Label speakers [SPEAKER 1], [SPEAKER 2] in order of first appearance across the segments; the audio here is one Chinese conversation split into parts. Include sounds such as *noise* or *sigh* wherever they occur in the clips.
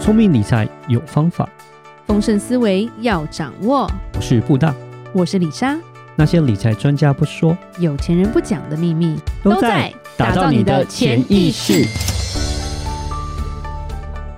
[SPEAKER 1] 聪明理财有方法，
[SPEAKER 2] 丰盛思维要掌握。
[SPEAKER 1] 我是布大。
[SPEAKER 2] 我是李莎，
[SPEAKER 1] 那些理财专家不说，
[SPEAKER 2] 有钱人不讲的秘密
[SPEAKER 1] 打造你的潜意识。，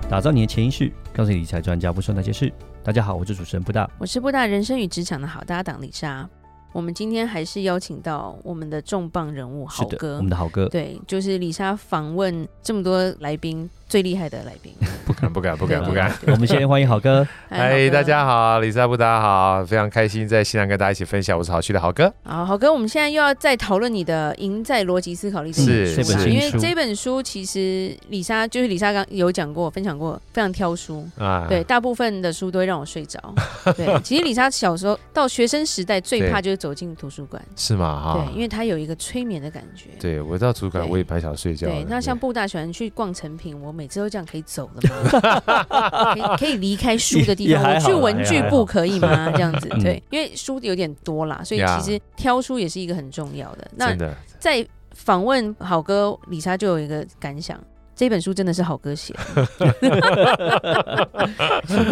[SPEAKER 1] 打造你的潜意识，告诉你理财专家不说那些事。大家好，我是主持人布大。
[SPEAKER 2] 我是布大人生与职场的好搭档李莎。我们今天还是邀请到我们的重磅人物
[SPEAKER 1] 是
[SPEAKER 2] 豪
[SPEAKER 1] 的，
[SPEAKER 2] 哥
[SPEAKER 1] 我们。的好哥，
[SPEAKER 2] 对，就是李莎访问这么多来宾最厉害的来
[SPEAKER 1] *laughs*
[SPEAKER 2] 宾。
[SPEAKER 3] 不敢不敢不敢
[SPEAKER 2] 对啊哎
[SPEAKER 3] 不敢。
[SPEAKER 1] 我们先欢迎好哥。
[SPEAKER 3] *laughs* 嗨，
[SPEAKER 2] 豪哥
[SPEAKER 3] 哎大家好，李萨布，大家好，非常开心在现场跟大家一起分享我是好趣的好哥。
[SPEAKER 2] 好，豪哥，我们现在又要再讨论你的《赢在逻辑思考力》
[SPEAKER 3] 是
[SPEAKER 2] 这本书啦
[SPEAKER 3] 是
[SPEAKER 2] 因为
[SPEAKER 1] 是
[SPEAKER 2] 这本书其实李莎就是李莎刚有讲过、分享过，非常挑书。
[SPEAKER 3] 啊，
[SPEAKER 2] 对，，大部分的书都会让
[SPEAKER 1] *laughs*
[SPEAKER 2] 我睡着。对，其实李莎小时候到学生时代最
[SPEAKER 3] 对
[SPEAKER 2] 怕就是走进图书馆，
[SPEAKER 3] 是吗？哈
[SPEAKER 1] 啊
[SPEAKER 2] 对，，因为她有一个催眠的感觉。
[SPEAKER 3] 对我到主管
[SPEAKER 2] 对
[SPEAKER 3] 我也蛮想睡觉的。
[SPEAKER 2] 对，那像布大喜欢去逛成品，我每次都这样可以走
[SPEAKER 1] *laughs*
[SPEAKER 2] 了吗？可以可以离开书的地
[SPEAKER 1] 也
[SPEAKER 2] 方，
[SPEAKER 1] 也还
[SPEAKER 2] 我
[SPEAKER 1] 好
[SPEAKER 2] 去文具
[SPEAKER 1] 也还好
[SPEAKER 2] 部可以吗？这样子，
[SPEAKER 1] 嗯
[SPEAKER 2] 对，因为书有点多啦，所以
[SPEAKER 3] 呀
[SPEAKER 2] 其实挑书也是一个很重要的。那
[SPEAKER 3] 真的
[SPEAKER 2] 在访问好哥李莎就有一个感想。这本书真的是好哥写
[SPEAKER 1] *laughs*
[SPEAKER 2] 的， *laughs*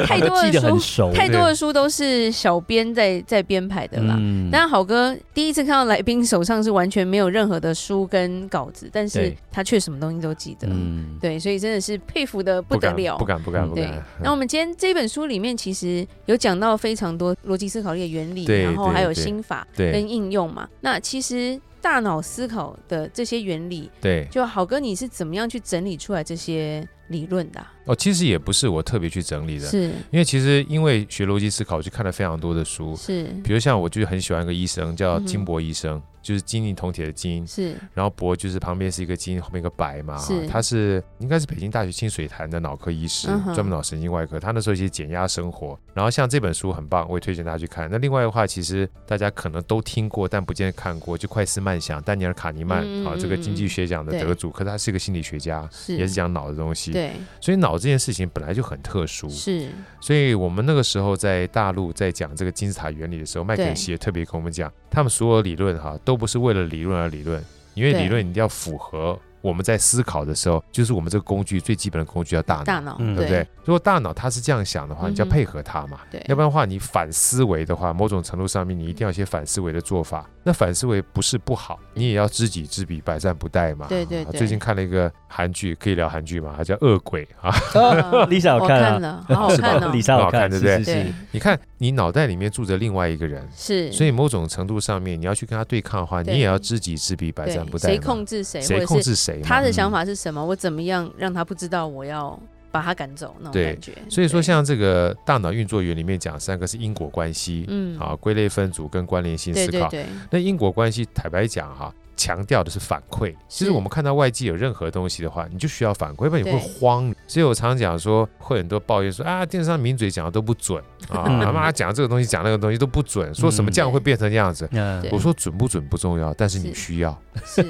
[SPEAKER 2] 太多
[SPEAKER 1] 记
[SPEAKER 2] 的
[SPEAKER 1] 得很
[SPEAKER 2] 书
[SPEAKER 1] 熟，
[SPEAKER 2] 太多的书都是小编在在编排的啦。
[SPEAKER 1] 嗯
[SPEAKER 2] 但好哥第一次看到来宾手上是完全没有任何的书跟稿子，但是
[SPEAKER 1] 对
[SPEAKER 2] 他却什么东西都记得，
[SPEAKER 1] 嗯，
[SPEAKER 2] 对，所以真的是佩服的不
[SPEAKER 3] 不
[SPEAKER 2] 得
[SPEAKER 3] 敢
[SPEAKER 2] 了
[SPEAKER 3] 不。敢不嗯敢不
[SPEAKER 2] 对
[SPEAKER 3] 敢。，
[SPEAKER 2] 那我们今天这本书里面其实有讲到非常多逻辑思考力的原理，
[SPEAKER 3] 对
[SPEAKER 2] 然后
[SPEAKER 3] 对
[SPEAKER 2] 还有
[SPEAKER 3] 对
[SPEAKER 2] 心法
[SPEAKER 3] 对
[SPEAKER 2] 跟应用嘛。那其实大脑思考的这些原理，
[SPEAKER 3] 对
[SPEAKER 2] 就好哥你是怎么样去整理出来这些理论的啊、
[SPEAKER 3] 哦，其实也不是我特别去整理的，
[SPEAKER 2] 是
[SPEAKER 3] 因为其实因为学逻辑思考，我去看了非常多的书，
[SPEAKER 2] 是
[SPEAKER 3] 比如像我就很喜欢一个医生叫
[SPEAKER 2] 嗯哼
[SPEAKER 3] 金箔医生，就是金银铜铁的金，
[SPEAKER 2] 是
[SPEAKER 3] 然后博就是旁边是一个金，后面一个白嘛，哈
[SPEAKER 2] 是
[SPEAKER 3] 他是应该是北京大学清水潭的脑科医师，
[SPEAKER 2] 嗯哼
[SPEAKER 3] 专门脑神经外科。他那时候一些减压生活，然后像这本书很棒，我也推荐大家去看。那另外的话，其实大家可能都听过，但不见得看过，就《快思慢想》，丹尼尔卡尼曼
[SPEAKER 2] 嗯嗯
[SPEAKER 3] 啊
[SPEAKER 2] 嗯，
[SPEAKER 3] 这个经济学奖的
[SPEAKER 2] 对
[SPEAKER 3] 得主，可他是个心理学家，
[SPEAKER 2] 是
[SPEAKER 3] 也是讲脑的东西。
[SPEAKER 2] 对
[SPEAKER 3] 所以脑这件事情本来就很特殊，
[SPEAKER 2] 是
[SPEAKER 3] 所以我们那个时候在大陆在讲这个金字塔原理的时候，麦肯锡也特别跟我们讲，他们所有理论哈都不是为了理论而理论，因为
[SPEAKER 2] 对
[SPEAKER 3] 理论你一定要符合我们在思考的时候，就是我们这个工具最基本的工具叫大脑，
[SPEAKER 2] 大脑、
[SPEAKER 1] 嗯
[SPEAKER 3] 对不对？如果大脑它是这样想的话，你就
[SPEAKER 2] 嗯
[SPEAKER 3] 要
[SPEAKER 2] 哼
[SPEAKER 3] 配合它嘛。
[SPEAKER 2] 对，
[SPEAKER 3] 要不然的话，你反思维的话，某种程度上面你一定要有一些反思维的做法。那反思维不是不好，你也要知己知彼，百战不殆嘛。
[SPEAKER 2] 对对
[SPEAKER 3] 啊
[SPEAKER 2] 对
[SPEAKER 3] 最近看了一个韩剧，可以聊韩剧嘛？它叫《恶鬼》啊。 *laughs*
[SPEAKER 2] 啊
[SPEAKER 1] Lisa 好
[SPEAKER 2] 我
[SPEAKER 1] 看
[SPEAKER 2] 看
[SPEAKER 1] 啊，
[SPEAKER 2] 了，
[SPEAKER 1] *laughs*
[SPEAKER 2] 好好看哦，
[SPEAKER 1] 李莎好看，
[SPEAKER 3] 好看对不对
[SPEAKER 1] 是是
[SPEAKER 2] 对
[SPEAKER 1] 是，
[SPEAKER 3] 你看，你脑袋里面住着另外一个人，
[SPEAKER 2] 是，
[SPEAKER 3] 所以某种程度上面，你要去跟他对抗的话，你
[SPEAKER 2] 嗯对
[SPEAKER 3] 也要知己知彼，百
[SPEAKER 2] 对
[SPEAKER 3] 战不殆嘛。
[SPEAKER 2] 谁控制谁，
[SPEAKER 3] 谁
[SPEAKER 2] 或
[SPEAKER 3] 控
[SPEAKER 2] 者是
[SPEAKER 3] 制谁嘛？嗯
[SPEAKER 2] 他的想法是什么，我怎么样让他不知道我要把他赶走那种
[SPEAKER 3] 对
[SPEAKER 2] 感觉。
[SPEAKER 3] 所以说，
[SPEAKER 2] 对
[SPEAKER 3] 像这个大脑运作学里面讲三个是因果关系，
[SPEAKER 2] 嗯
[SPEAKER 3] 啊，归类分组跟关联性
[SPEAKER 2] 对
[SPEAKER 3] 思
[SPEAKER 2] 对
[SPEAKER 3] 考。 *laughs*
[SPEAKER 2] 对，
[SPEAKER 3] 那因果关系，坦白讲哈、强调的是反馈，就是是我们看到外界有任何东西的话，你就需要反馈，要不然你会
[SPEAKER 2] 对
[SPEAKER 3] 慌。所以我常讲说，会很多抱怨说啊，电视上名嘴讲的都不准
[SPEAKER 2] *laughs*
[SPEAKER 3] 啊，
[SPEAKER 1] 嗯
[SPEAKER 3] 他妈讲这个东西讲那个东西都不准，说什么
[SPEAKER 1] 嗯
[SPEAKER 3] 这样会变成这样子。
[SPEAKER 1] 嗯
[SPEAKER 2] 对
[SPEAKER 3] 我说准不准不重要，但是你
[SPEAKER 2] 是
[SPEAKER 3] 需要，
[SPEAKER 2] 是，，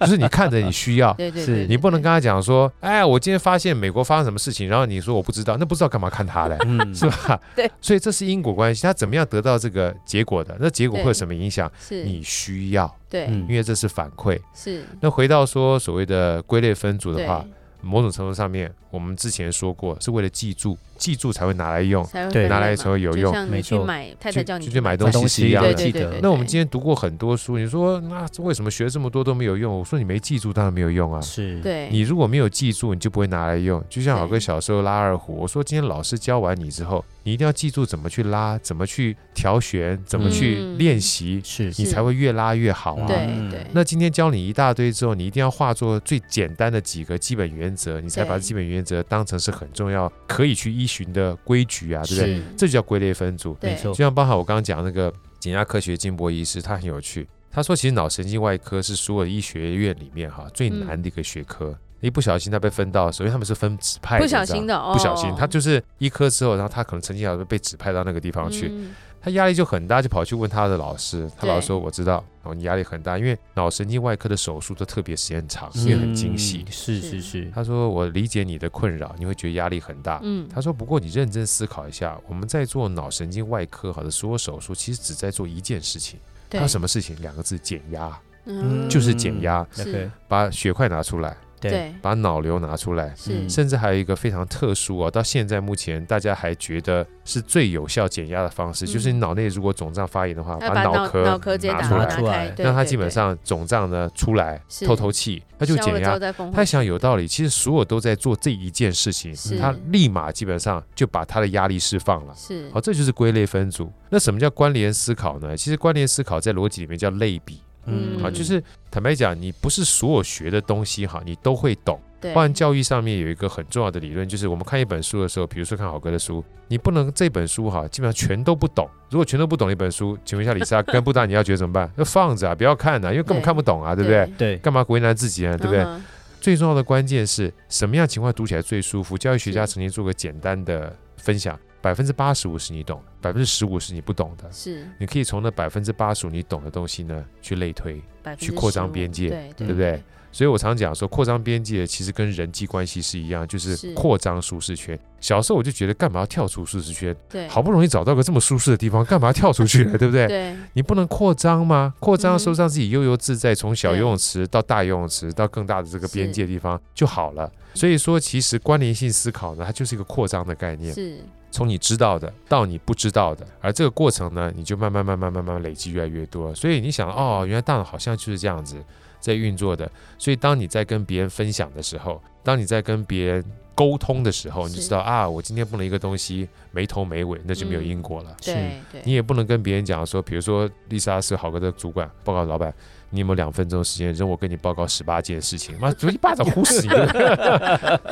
[SPEAKER 3] 就是你看着你需要
[SPEAKER 2] *laughs* 对对
[SPEAKER 1] 是，
[SPEAKER 2] 对，
[SPEAKER 3] 你不能
[SPEAKER 2] 对
[SPEAKER 3] 跟他讲说，哎，我今天发现美国发生什么事情，然后你说我不知道，那不知道干嘛
[SPEAKER 2] *laughs*
[SPEAKER 3] 看他嘞
[SPEAKER 1] 嗯，
[SPEAKER 3] 是吧？
[SPEAKER 2] 对，
[SPEAKER 3] 所以这是因果关系，他怎么样得到这个结果的？那结果
[SPEAKER 2] 对
[SPEAKER 3] 会有什么影响？
[SPEAKER 2] 是
[SPEAKER 3] 你需要，
[SPEAKER 2] 对
[SPEAKER 1] 嗯
[SPEAKER 3] 因为这是反馈。
[SPEAKER 2] 是
[SPEAKER 3] 那回到说所谓的归类分组的
[SPEAKER 2] 对
[SPEAKER 3] 话，某种程度上面，我们之前说过，是为了记住，记住才会拿来用。
[SPEAKER 2] 才会
[SPEAKER 1] 对
[SPEAKER 2] 分
[SPEAKER 3] 拿来
[SPEAKER 2] 类嘛
[SPEAKER 3] 的时候有
[SPEAKER 2] 就
[SPEAKER 3] 用
[SPEAKER 2] 像你
[SPEAKER 1] 没
[SPEAKER 2] 去
[SPEAKER 1] 错
[SPEAKER 2] 买太太
[SPEAKER 3] 去
[SPEAKER 2] 叫你
[SPEAKER 3] 去买
[SPEAKER 2] 饭
[SPEAKER 3] 东西啊是一样
[SPEAKER 1] 要
[SPEAKER 3] 的
[SPEAKER 2] 对
[SPEAKER 1] 记
[SPEAKER 2] 对对
[SPEAKER 1] 得，
[SPEAKER 3] 那我们今天读过很多书，你说那为什么学这么多都没有用？我说你没记住，当然没有用啊。
[SPEAKER 1] 是，
[SPEAKER 2] 对
[SPEAKER 3] 你如果没有记住，你就不会拿来用。就像好
[SPEAKER 2] 对
[SPEAKER 3] 哥小时候拉二胡，我说今天老师教完你之后，你一定要记住怎么去拉，怎么去调弦，怎么去
[SPEAKER 2] 嗯
[SPEAKER 3] 练习，
[SPEAKER 1] 是
[SPEAKER 3] 你
[SPEAKER 2] 是
[SPEAKER 3] 才会越拉越好啊。
[SPEAKER 2] 对
[SPEAKER 1] 嗯
[SPEAKER 2] 对，
[SPEAKER 3] 那今天教你一大堆之后，你一定要化作最简单的几个基本原则，你才把
[SPEAKER 2] 对
[SPEAKER 3] 这基本原则当成是很重要、可以去依循的规矩啊，对不对？
[SPEAKER 2] 是
[SPEAKER 3] 这就叫归类分组。
[SPEAKER 2] 对
[SPEAKER 1] 没错
[SPEAKER 3] 就，像包含我刚刚讲那个减压科学金博医师，他很有趣。他说，其实脑神经外科是所有医学院里面哈最
[SPEAKER 2] 嗯
[SPEAKER 3] 难的一个学科。一不小心他被分到的时候，因为他们是分指派的，
[SPEAKER 2] 不小心
[SPEAKER 3] 你知道吗。
[SPEAKER 2] 的哦，
[SPEAKER 3] 啊不小心，他就是医科之后，然后他可能成绩好被指派到那个地方去，
[SPEAKER 2] 嗯
[SPEAKER 3] 他压力就很大，就跑去问他的老师。他
[SPEAKER 2] 对
[SPEAKER 3] 老师说：“我知道，哦，你压力很大，因为脑神经外科的手术都特别时间长，
[SPEAKER 1] 嗯
[SPEAKER 3] 因为很精细。
[SPEAKER 1] 是是是，
[SPEAKER 3] 他说：“我理解你的困扰，你会觉得压力很大。
[SPEAKER 2] 嗯，
[SPEAKER 3] 啊他说：“不过你认真思考一下，我们在做脑神经外科好的所有手术，其实只在做一件事情。
[SPEAKER 2] 对
[SPEAKER 3] 它什么事情？两个字：减压，
[SPEAKER 2] 嗯
[SPEAKER 3] 就是减压，
[SPEAKER 1] OK，
[SPEAKER 2] 是
[SPEAKER 3] 把血块拿出来，
[SPEAKER 1] 对，
[SPEAKER 2] 对，
[SPEAKER 3] 把脑瘤拿出来，
[SPEAKER 2] 是
[SPEAKER 1] 嗯
[SPEAKER 3] 甚至还有一个非常特殊啊，到现在目前大家还觉得是最有效减压的方
[SPEAKER 2] 嗯
[SPEAKER 3] 式，就是你脑内如果肿胀发炎的话，
[SPEAKER 2] 要
[SPEAKER 3] 把
[SPEAKER 2] 脑
[SPEAKER 3] 壳
[SPEAKER 2] 脑壳直接打
[SPEAKER 3] 拿出来
[SPEAKER 1] 出
[SPEAKER 2] 拿开
[SPEAKER 1] 来，
[SPEAKER 2] 对
[SPEAKER 3] 让它
[SPEAKER 2] 对
[SPEAKER 3] 基本
[SPEAKER 2] 对
[SPEAKER 3] 上肿胀呢出来
[SPEAKER 2] 是
[SPEAKER 3] 透透气，它就
[SPEAKER 2] 消了
[SPEAKER 3] 减
[SPEAKER 2] 之
[SPEAKER 3] 压
[SPEAKER 2] 后。再缝
[SPEAKER 3] 他
[SPEAKER 2] 回
[SPEAKER 3] 想有道理，其实所有都在做这一件事情
[SPEAKER 2] 是，
[SPEAKER 3] 他立马基本上就把他的压力释放了。
[SPEAKER 2] 是
[SPEAKER 3] 好，这就是归类分组。那什么叫关联思考呢？其实关联思考在逻辑里面叫类比
[SPEAKER 2] 嗯
[SPEAKER 3] 啊，就是坦白讲，你不是所有学的东西哈，你都会懂。
[SPEAKER 2] 对，
[SPEAKER 3] 包含教育上面有一个很重要的理论，就是我们看一本书的时候，比如说看好哥的书，你不能这本书哈，基本上全都不懂。如果全都不懂一本书，请问一下李莎，跟不大你要觉得怎么办？要 *laughs* 放着啊，不要看呐、因为根本
[SPEAKER 2] 对
[SPEAKER 3] 看不懂啊，对不对？
[SPEAKER 1] 对，
[SPEAKER 3] 干嘛为难自己啊呢？对不对？
[SPEAKER 2] 嗯哼
[SPEAKER 3] 最重要的关键是什么样情况读起来最舒服？教育学家
[SPEAKER 2] 是
[SPEAKER 3] 曾经做过简单的分享，百分之八十五是你懂，百分之十五是你不懂的。
[SPEAKER 2] 是
[SPEAKER 3] 你可以从那百分之八十五你懂的东西呢去类推，
[SPEAKER 2] 百分
[SPEAKER 3] 去
[SPEAKER 2] 之
[SPEAKER 3] 扩
[SPEAKER 2] 十
[SPEAKER 3] 张
[SPEAKER 2] 五
[SPEAKER 3] 边界
[SPEAKER 2] 对
[SPEAKER 1] 对
[SPEAKER 3] 对不对？所以我常讲说，扩张边界其实跟人际关系是一样，就是
[SPEAKER 2] 是
[SPEAKER 3] 扩张舒适圈。小时候我就觉得干嘛要跳出舒适圈？
[SPEAKER 2] 对，
[SPEAKER 3] 好不容易找到个这么舒适的地方，干嘛要跳出去呢？对不对？
[SPEAKER 2] 对
[SPEAKER 3] 你不能扩张吗？扩张的时候
[SPEAKER 2] 嗯
[SPEAKER 3] 让自己悠悠自在，从小
[SPEAKER 2] 对
[SPEAKER 3] 游泳池到大游泳池到更大的这个边
[SPEAKER 2] 是
[SPEAKER 3] 界地方就好了。所以说，其实关联性思考呢，它就是一个扩张的概念，
[SPEAKER 2] 是
[SPEAKER 3] 从你知道的到你不知道的，而这个过程呢，你就慢慢慢慢慢慢累积越来越多。所以你想，哦，原来大脑好像就是这样子在运作的。所以当你在跟别人分享的时候，当你在跟别人沟通的时候，你就是知道啊，我今天弄了一个东西没头没尾，那就没有
[SPEAKER 2] 嗯
[SPEAKER 3] 因果了。
[SPEAKER 1] 是
[SPEAKER 2] 对对，
[SPEAKER 3] 你也不能跟别人讲说，比如说丽莎是好哥的主管，报告老板，你有没有两分钟时间让我跟你报告十八件事情？妈，一巴掌呼死你！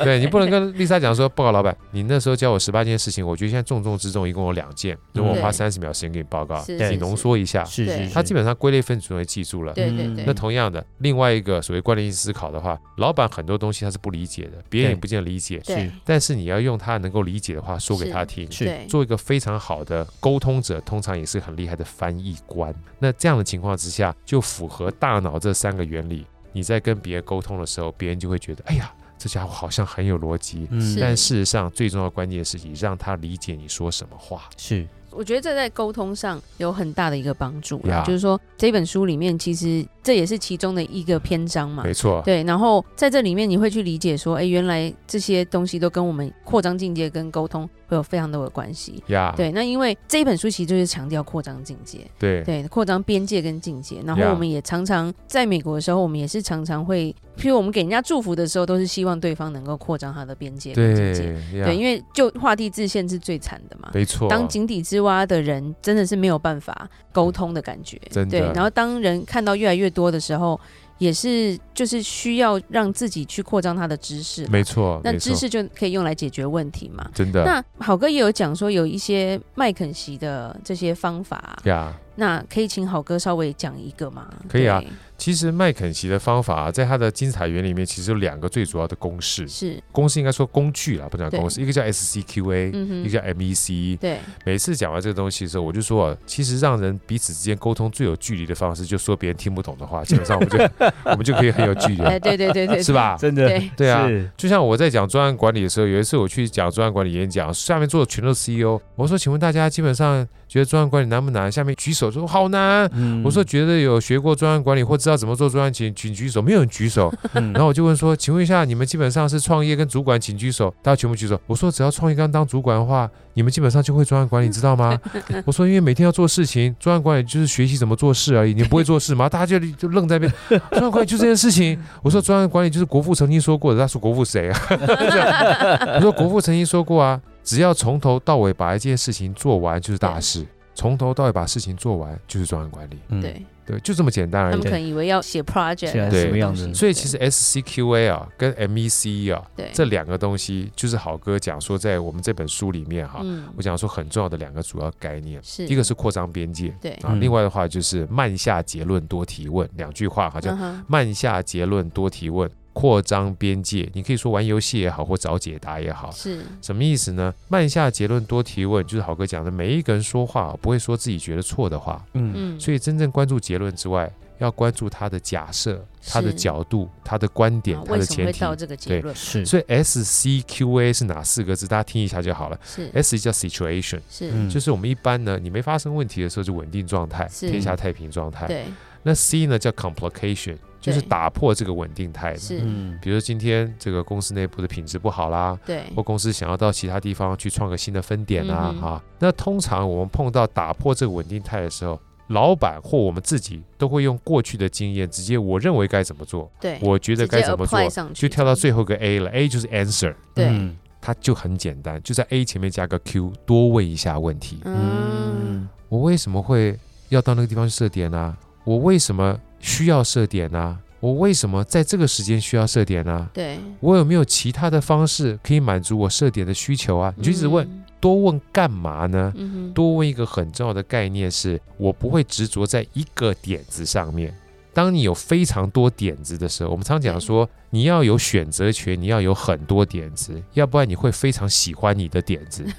[SPEAKER 3] 对你不能跟丽莎讲说，报告老板，你那时候教我十八件事情，我觉得现在重中之重一共有两件，如果我花
[SPEAKER 2] 对
[SPEAKER 3] 三十秒时间给你报告，
[SPEAKER 2] 是
[SPEAKER 1] 对
[SPEAKER 3] 你
[SPEAKER 2] 是
[SPEAKER 3] 浓
[SPEAKER 2] 是
[SPEAKER 3] 缩一下，
[SPEAKER 1] 是
[SPEAKER 2] 对
[SPEAKER 1] 是，
[SPEAKER 3] 啊他基本上归类分组也记住了。
[SPEAKER 2] 对对
[SPEAKER 1] 嗯
[SPEAKER 2] 对，
[SPEAKER 3] 那同样的，另外一个所谓关联性思考的话，老板很多东西他是不理解的，别人也
[SPEAKER 1] 对
[SPEAKER 3] 不见得理解，
[SPEAKER 2] 对
[SPEAKER 3] 但是你要用他能够理解的话说给他听，
[SPEAKER 1] 是
[SPEAKER 2] 对
[SPEAKER 3] 做一个非常好的沟通者，通常也是很厉害的翻译官。那这样的情况之下，就符合大脑这三个原理。你在跟别人沟通的时候，别人就会觉得，哎呀，这家伙好像很有逻辑。
[SPEAKER 1] 嗯
[SPEAKER 2] 是
[SPEAKER 3] 但事实上，最重要的关键是你让他理解你说什么话。
[SPEAKER 1] 是
[SPEAKER 2] 我觉得这在沟通上有很大的一个帮助啦。
[SPEAKER 3] 呀
[SPEAKER 2] 就是说这本书里面，其实这也是其中的一个篇章嘛
[SPEAKER 3] 没。错，
[SPEAKER 2] 对，然后在这里面你会去理解说，哎，原来这些东西都跟我们扩张境界跟沟通会有非常多的关系。
[SPEAKER 3] 呀，
[SPEAKER 2] 对，那因为这一本书其实就是强调扩张境界，
[SPEAKER 3] 对
[SPEAKER 2] 对，扩张边界跟境界。然后
[SPEAKER 3] Yeah
[SPEAKER 2] 我们也常常在美国的时候，我们也是常常会，譬如我们给人家祝福的时候，都是希望对方能够扩张他的边界跟境界。
[SPEAKER 3] 对
[SPEAKER 2] 对，
[SPEAKER 3] 呀，
[SPEAKER 2] 因为就画地自限是最惨的嘛。
[SPEAKER 3] 没错，
[SPEAKER 2] 当井底之蛙的人真的是没有办法沟通的感觉，
[SPEAKER 3] 真的
[SPEAKER 2] 对。然后当人看到越来越多的时候，也是就是需要让自己去扩张他的知识嘛，
[SPEAKER 3] 没错，
[SPEAKER 2] 那
[SPEAKER 3] 没
[SPEAKER 2] 知
[SPEAKER 3] 错，
[SPEAKER 2] 识就可以用来解决问题嘛。
[SPEAKER 3] 真的
[SPEAKER 2] 那好哥也有讲说有一些麦肯锡的这些方法啊，
[SPEAKER 3] 呀。
[SPEAKER 2] 那可以请好哥稍微讲一个吗？
[SPEAKER 3] 可以啊
[SPEAKER 2] 对，
[SPEAKER 3] 其实麦肯锡的方法、啊，在它的精彩源里面，其实有两个最主要的公式，
[SPEAKER 2] 是，
[SPEAKER 3] 公式应该说工具啊啦，不讲
[SPEAKER 2] 对
[SPEAKER 3] 公式，一个叫 SCQA，、
[SPEAKER 2] 嗯
[SPEAKER 3] 一个
[SPEAKER 2] 哼，
[SPEAKER 3] 叫 MEC。
[SPEAKER 2] 对，
[SPEAKER 3] 每次讲完这个东西的时候，我就说啊，其实让人彼此之间沟通最有距离的方式，就说别人听不懂的
[SPEAKER 2] *laughs*
[SPEAKER 3] 话，基本上我们就 *laughs* 我们就可以很有距离了，
[SPEAKER 2] 哎，对对对对，
[SPEAKER 3] *laughs* 是？吧？
[SPEAKER 1] 真的
[SPEAKER 2] 对，
[SPEAKER 3] 对啊。
[SPEAKER 1] 是
[SPEAKER 3] 就像我在讲专案管理的时候，有一次我去讲专案管理演讲，下面坐的全都是 CEO，我说：“请问大家基本上觉得专案管理难不难？”下面举手说：“好难。”
[SPEAKER 1] 嗯
[SPEAKER 3] 我说：“觉得有学过专案管理或知道怎么做专案，请请举手。”没有人举手，
[SPEAKER 1] 嗯
[SPEAKER 3] 然后我就问说：“请问一下，你们基本上是创业跟主管，请举手。”大家全部举手。我说：“只要创业跟当主管的话，你们基本上就会专案管理，知道吗？” *laughs* 我说：“因为每天要做事情，专案管理就是学习怎么做事而已。你不会做事吗？”大家就就愣在那边。专案管理就这件事情。我说：“专案管理就是国父曾经说过的。”他说：“国父谁啊？” *laughs* 我说：“国父曾经说过啊，只要从头到尾把一件事情做完就是大事，从头到尾把事情做完就是专案管理。
[SPEAKER 1] 嗯
[SPEAKER 2] 对，
[SPEAKER 3] 对，就这么简单
[SPEAKER 2] 他
[SPEAKER 3] 而
[SPEAKER 2] 们
[SPEAKER 3] 已。
[SPEAKER 2] 可能以为要写 project
[SPEAKER 1] 是啊
[SPEAKER 3] 对
[SPEAKER 1] 什
[SPEAKER 2] 什么东西
[SPEAKER 1] 么样子
[SPEAKER 3] 所以其实 SCQA 啊跟 MEC 啊
[SPEAKER 2] 对
[SPEAKER 3] 这两个东西，就是好哥讲说，在我们这本书里面哈、
[SPEAKER 2] 嗯
[SPEAKER 3] 啊我讲说很重要的两个主要概念，
[SPEAKER 2] 是
[SPEAKER 3] 一个是扩张边界
[SPEAKER 2] 对，
[SPEAKER 3] 啊，
[SPEAKER 1] 嗯
[SPEAKER 3] 另外的话就是慢下结论多提问，两句话好像
[SPEAKER 2] 嗯哼
[SPEAKER 3] 慢下结论多提问，扩张边界，你可以说玩游戏也好，或找解答也好。
[SPEAKER 2] 是
[SPEAKER 3] 什么意思呢？慢下结论，多提问，就是好哥讲的，每一个人说话不会说自己觉得错的话，
[SPEAKER 1] 嗯
[SPEAKER 2] 嗯，
[SPEAKER 3] 所以真正关注结论之外，要关注他的假设、他的
[SPEAKER 2] 是
[SPEAKER 3] 角度、他的观点
[SPEAKER 2] 啊、
[SPEAKER 3] 他
[SPEAKER 2] 为
[SPEAKER 3] 的
[SPEAKER 2] 什么
[SPEAKER 3] 前
[SPEAKER 2] 会
[SPEAKER 3] 提。
[SPEAKER 2] 到这个结
[SPEAKER 3] 对
[SPEAKER 2] 论？
[SPEAKER 1] 是
[SPEAKER 3] 所以 S C Q A 是哪四个字？大家听一下就好了。
[SPEAKER 2] 是
[SPEAKER 3] S 叫 situation，
[SPEAKER 2] 是、
[SPEAKER 1] 嗯
[SPEAKER 3] 就是我们一般呢，你没发生问题的时候就稳定状态，
[SPEAKER 2] 是
[SPEAKER 3] 天下太平状态。
[SPEAKER 2] 对
[SPEAKER 3] 那 C 呢叫 complication，就是
[SPEAKER 2] 对
[SPEAKER 3] 打破这个稳定态嘛。
[SPEAKER 2] 是，
[SPEAKER 1] 嗯，
[SPEAKER 3] 比如说今天这个公司内部的品质不好啦，
[SPEAKER 2] 对，
[SPEAKER 3] 或公司想要到其他地方去创个新的分点啊，
[SPEAKER 2] 嗯嗯哼
[SPEAKER 3] 啊，那通常我们碰到打破这个稳定态的时候，老板或我们自己都会用过去的经验，直接我认为该怎么做，
[SPEAKER 2] 对，
[SPEAKER 3] 我觉得
[SPEAKER 2] 直
[SPEAKER 3] 该
[SPEAKER 2] 接
[SPEAKER 3] 怎么做
[SPEAKER 2] apply，上去，
[SPEAKER 3] 就跳到，最后一个 A 了，A 就是 answer，
[SPEAKER 2] 对，
[SPEAKER 1] 嗯
[SPEAKER 3] 它就很简单，就在 A 前面加个 Q，多问一下问题。
[SPEAKER 2] 嗯，
[SPEAKER 3] 我为什么会要到那个地方去设点呢、啊我为什么需要设点呢、我为什么在这个时间需要设点呢、啊
[SPEAKER 2] 对，
[SPEAKER 3] 我有没有其他的方式可以满足我设点的需求啊？你就一直问，多问干嘛呢？
[SPEAKER 2] 嗯哼，
[SPEAKER 3] 多问一个很重要的概念是，我不会执着在一个点子上面。当你有非常多点子的时候，我们常讲说，你要有选择权，你要有很多点子，要不然你会非常喜欢你的点子， *laughs*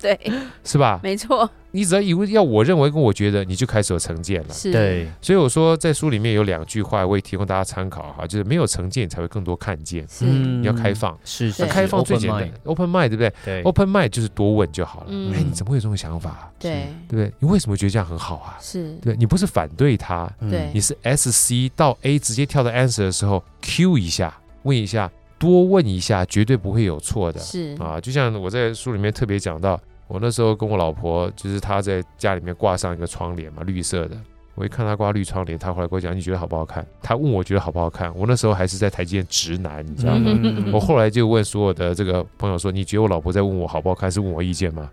[SPEAKER 2] 对，
[SPEAKER 3] 是吧？
[SPEAKER 2] 没错，
[SPEAKER 3] 你只要以为要我认为跟我觉得，你就开始有成见了。
[SPEAKER 2] 是，
[SPEAKER 1] 对，
[SPEAKER 3] 所以我说，在书里面有两句话，我也提供大家参考哈，就是没有成见，你才会更多看见。
[SPEAKER 2] 是，
[SPEAKER 1] 嗯
[SPEAKER 3] 你要开放，啊
[SPEAKER 1] 是是
[SPEAKER 2] 对
[SPEAKER 1] 是
[SPEAKER 3] 开放最
[SPEAKER 1] open
[SPEAKER 3] 简
[SPEAKER 1] mind，
[SPEAKER 3] 单，open mind 对不对
[SPEAKER 1] 对，
[SPEAKER 3] ？open mind 就是多问就好了。
[SPEAKER 2] 嗯
[SPEAKER 3] 哎，你怎么会有这种想法啊？
[SPEAKER 2] 对，
[SPEAKER 3] 对不对？你为什么觉得这样很好啊？
[SPEAKER 2] 是，
[SPEAKER 3] 对，你不是反对他，
[SPEAKER 1] 嗯
[SPEAKER 2] 对
[SPEAKER 3] 你是 S C 到 A 直接跳到 answer 的时候，Q 一下，问一下，多问一下，绝对不会有错的
[SPEAKER 2] 是，
[SPEAKER 3] 啊！就像我在书里面特别讲到，我那时候跟我老婆，就是她在家里面挂上一个窗帘嘛，绿色的。我一看她挂绿窗帘，她后来跟我讲，你觉得好不好看？她问我觉得好不好看，我那时候还是在台阶直男，你知道吗？
[SPEAKER 1] 嗯
[SPEAKER 3] 我后来就问所有的这个朋友说：“你觉得我老婆在问我好不好看，是问我意见吗？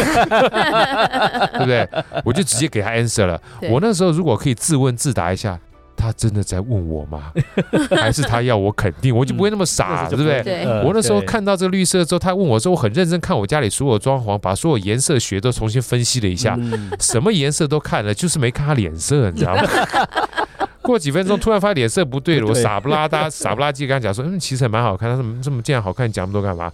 [SPEAKER 3] *laughs* 对不对？”我就直接给他 answer 了。
[SPEAKER 2] 对
[SPEAKER 3] 我那时候如果可以自问自答一下，他真的在问我 *laughs* 吗？还是他要我肯定？我就嗯不会那么傻，对不对？
[SPEAKER 2] 对
[SPEAKER 1] 呃
[SPEAKER 3] 我那时候
[SPEAKER 1] 对
[SPEAKER 3] 看到这个绿色之后，他问我之后，我很认真看我家里所有装潢，把所有颜色学都重新分析了一下，
[SPEAKER 1] 嗯
[SPEAKER 3] 什么颜色都看了，就是没看他脸色，你知道
[SPEAKER 1] *laughs*
[SPEAKER 3] 吗？过几分钟，突然发现脸色不对了，我
[SPEAKER 1] 不对
[SPEAKER 3] 傻不拉搭、 *laughs* 傻不拉几地跟他讲说，嗯，其实还蛮好看。他说，嗯这么这样好看，你讲那么多干 *laughs* 嘛？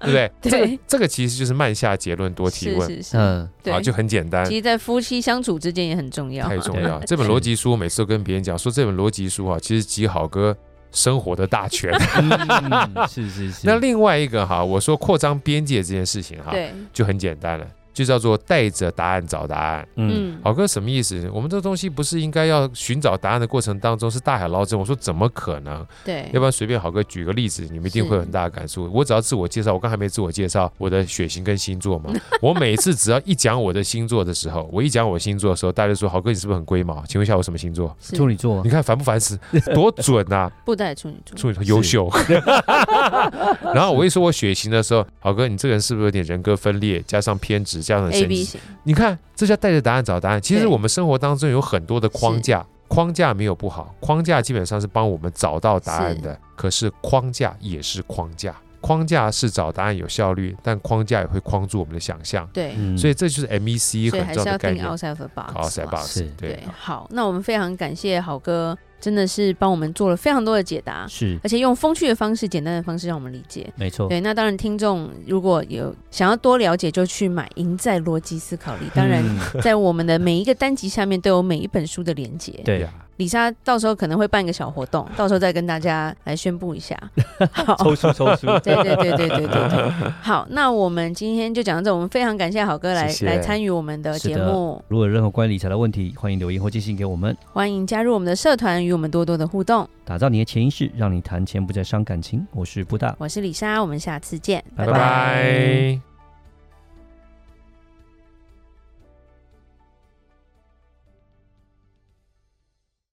[SPEAKER 3] 对不对？这
[SPEAKER 2] 对
[SPEAKER 3] 个这个其实就是慢下
[SPEAKER 2] *laughs*
[SPEAKER 3] 结论，多提
[SPEAKER 2] 是
[SPEAKER 3] 问，
[SPEAKER 2] 是是，
[SPEAKER 1] 嗯
[SPEAKER 2] 对
[SPEAKER 3] 啊，，就很简单
[SPEAKER 2] 其。实，在夫妻相处之间也很重要，
[SPEAKER 3] 太重要。
[SPEAKER 1] 对
[SPEAKER 3] 这本逻辑书，我每次都跟别人讲说，这本逻辑书啊，其实集好哥生活的大
[SPEAKER 2] *laughs*
[SPEAKER 3] 全。
[SPEAKER 1] 嗯是是是，
[SPEAKER 3] 那另外一个哈，我说扩张边界这件事情哈，
[SPEAKER 2] 对，
[SPEAKER 3] 就很简单了，就叫做带着答案找答案。
[SPEAKER 1] 嗯
[SPEAKER 2] 嗯，
[SPEAKER 3] 好哥什么意思？我们这东西不是应该要寻找答案的过程当中是大海捞针？我说怎么可能？
[SPEAKER 2] 对
[SPEAKER 3] 要，不然随便好哥举个例子，你们一定
[SPEAKER 2] 是
[SPEAKER 3] 会有很大的感触。我只要自我介绍，我刚还没自我介绍我的血型跟星
[SPEAKER 2] *laughs*
[SPEAKER 3] 座嘛。我每次只要一讲我的星座的时候，我一讲我星座的时候，大家就说好哥你是不是很龟毛？请问一下我什么
[SPEAKER 2] *laughs*
[SPEAKER 3] 星座？
[SPEAKER 2] 是
[SPEAKER 1] 处女座
[SPEAKER 3] 你看烦不烦
[SPEAKER 2] *laughs*
[SPEAKER 3] 死？多准呐、
[SPEAKER 2] 布袋处女座，
[SPEAKER 3] 处女座优秀。 *laughs* 然后我一说我血型的时候，好哥你这个人是不是有点人格分裂，加上偏执，加上
[SPEAKER 2] A
[SPEAKER 3] 神
[SPEAKER 2] B
[SPEAKER 3] 经？
[SPEAKER 2] 型，
[SPEAKER 3] 你看，这叫带着答案找答案。其实
[SPEAKER 2] 对
[SPEAKER 3] 我们生活当中有很多的框架，框架没有不好，框架基本上是帮我们找到答案的。可是框架也是框架，框架是找答案有效率，但框架也会框住我们的想象。
[SPEAKER 2] 对，
[SPEAKER 1] 嗯
[SPEAKER 3] 所以这就是 MEC
[SPEAKER 2] 所以
[SPEAKER 3] 很
[SPEAKER 2] 还
[SPEAKER 3] 重
[SPEAKER 2] 是要
[SPEAKER 3] 要的概
[SPEAKER 2] 定
[SPEAKER 3] 念。
[SPEAKER 2] outside of the box，
[SPEAKER 3] outside
[SPEAKER 2] 嘛
[SPEAKER 3] box，
[SPEAKER 1] 是
[SPEAKER 3] 对，
[SPEAKER 2] 好，那我们非常感谢好哥，真的是帮我们做了非常多的解答，
[SPEAKER 1] 是
[SPEAKER 2] 而且用风趣的方式、简单的方式让我们理解。
[SPEAKER 1] 没
[SPEAKER 3] 哦
[SPEAKER 1] 错，
[SPEAKER 2] 对，那当然，听众如果有想要多了解，就去买《赢在逻辑思考力》。当然，
[SPEAKER 1] 嗯
[SPEAKER 2] 在我们的每一个单集下面都有每一本书的连接。
[SPEAKER 1] 对
[SPEAKER 3] 呀，
[SPEAKER 2] 李莎到时候可能会办一个小活动，到时候再跟大家来宣布一下。好，
[SPEAKER 1] 抽出抽出，
[SPEAKER 2] 哦 *laughs* 对对对对对对对。好，那我们今天就讲到这，我们非常感谢好哥来
[SPEAKER 3] 谢谢
[SPEAKER 2] 来参与我们的
[SPEAKER 1] 是
[SPEAKER 2] 节
[SPEAKER 1] 的
[SPEAKER 2] 目，
[SPEAKER 1] 如果有任何关于理财的问题，欢迎留言或寄信给我们。
[SPEAKER 2] 欢迎加入我们的社团，与我们多多的互动。
[SPEAKER 1] 打造你的潜意识，让你谈钱不再伤感情。我是布大，
[SPEAKER 2] 我是李莎，我们下次见，
[SPEAKER 1] 拜
[SPEAKER 3] 拜拜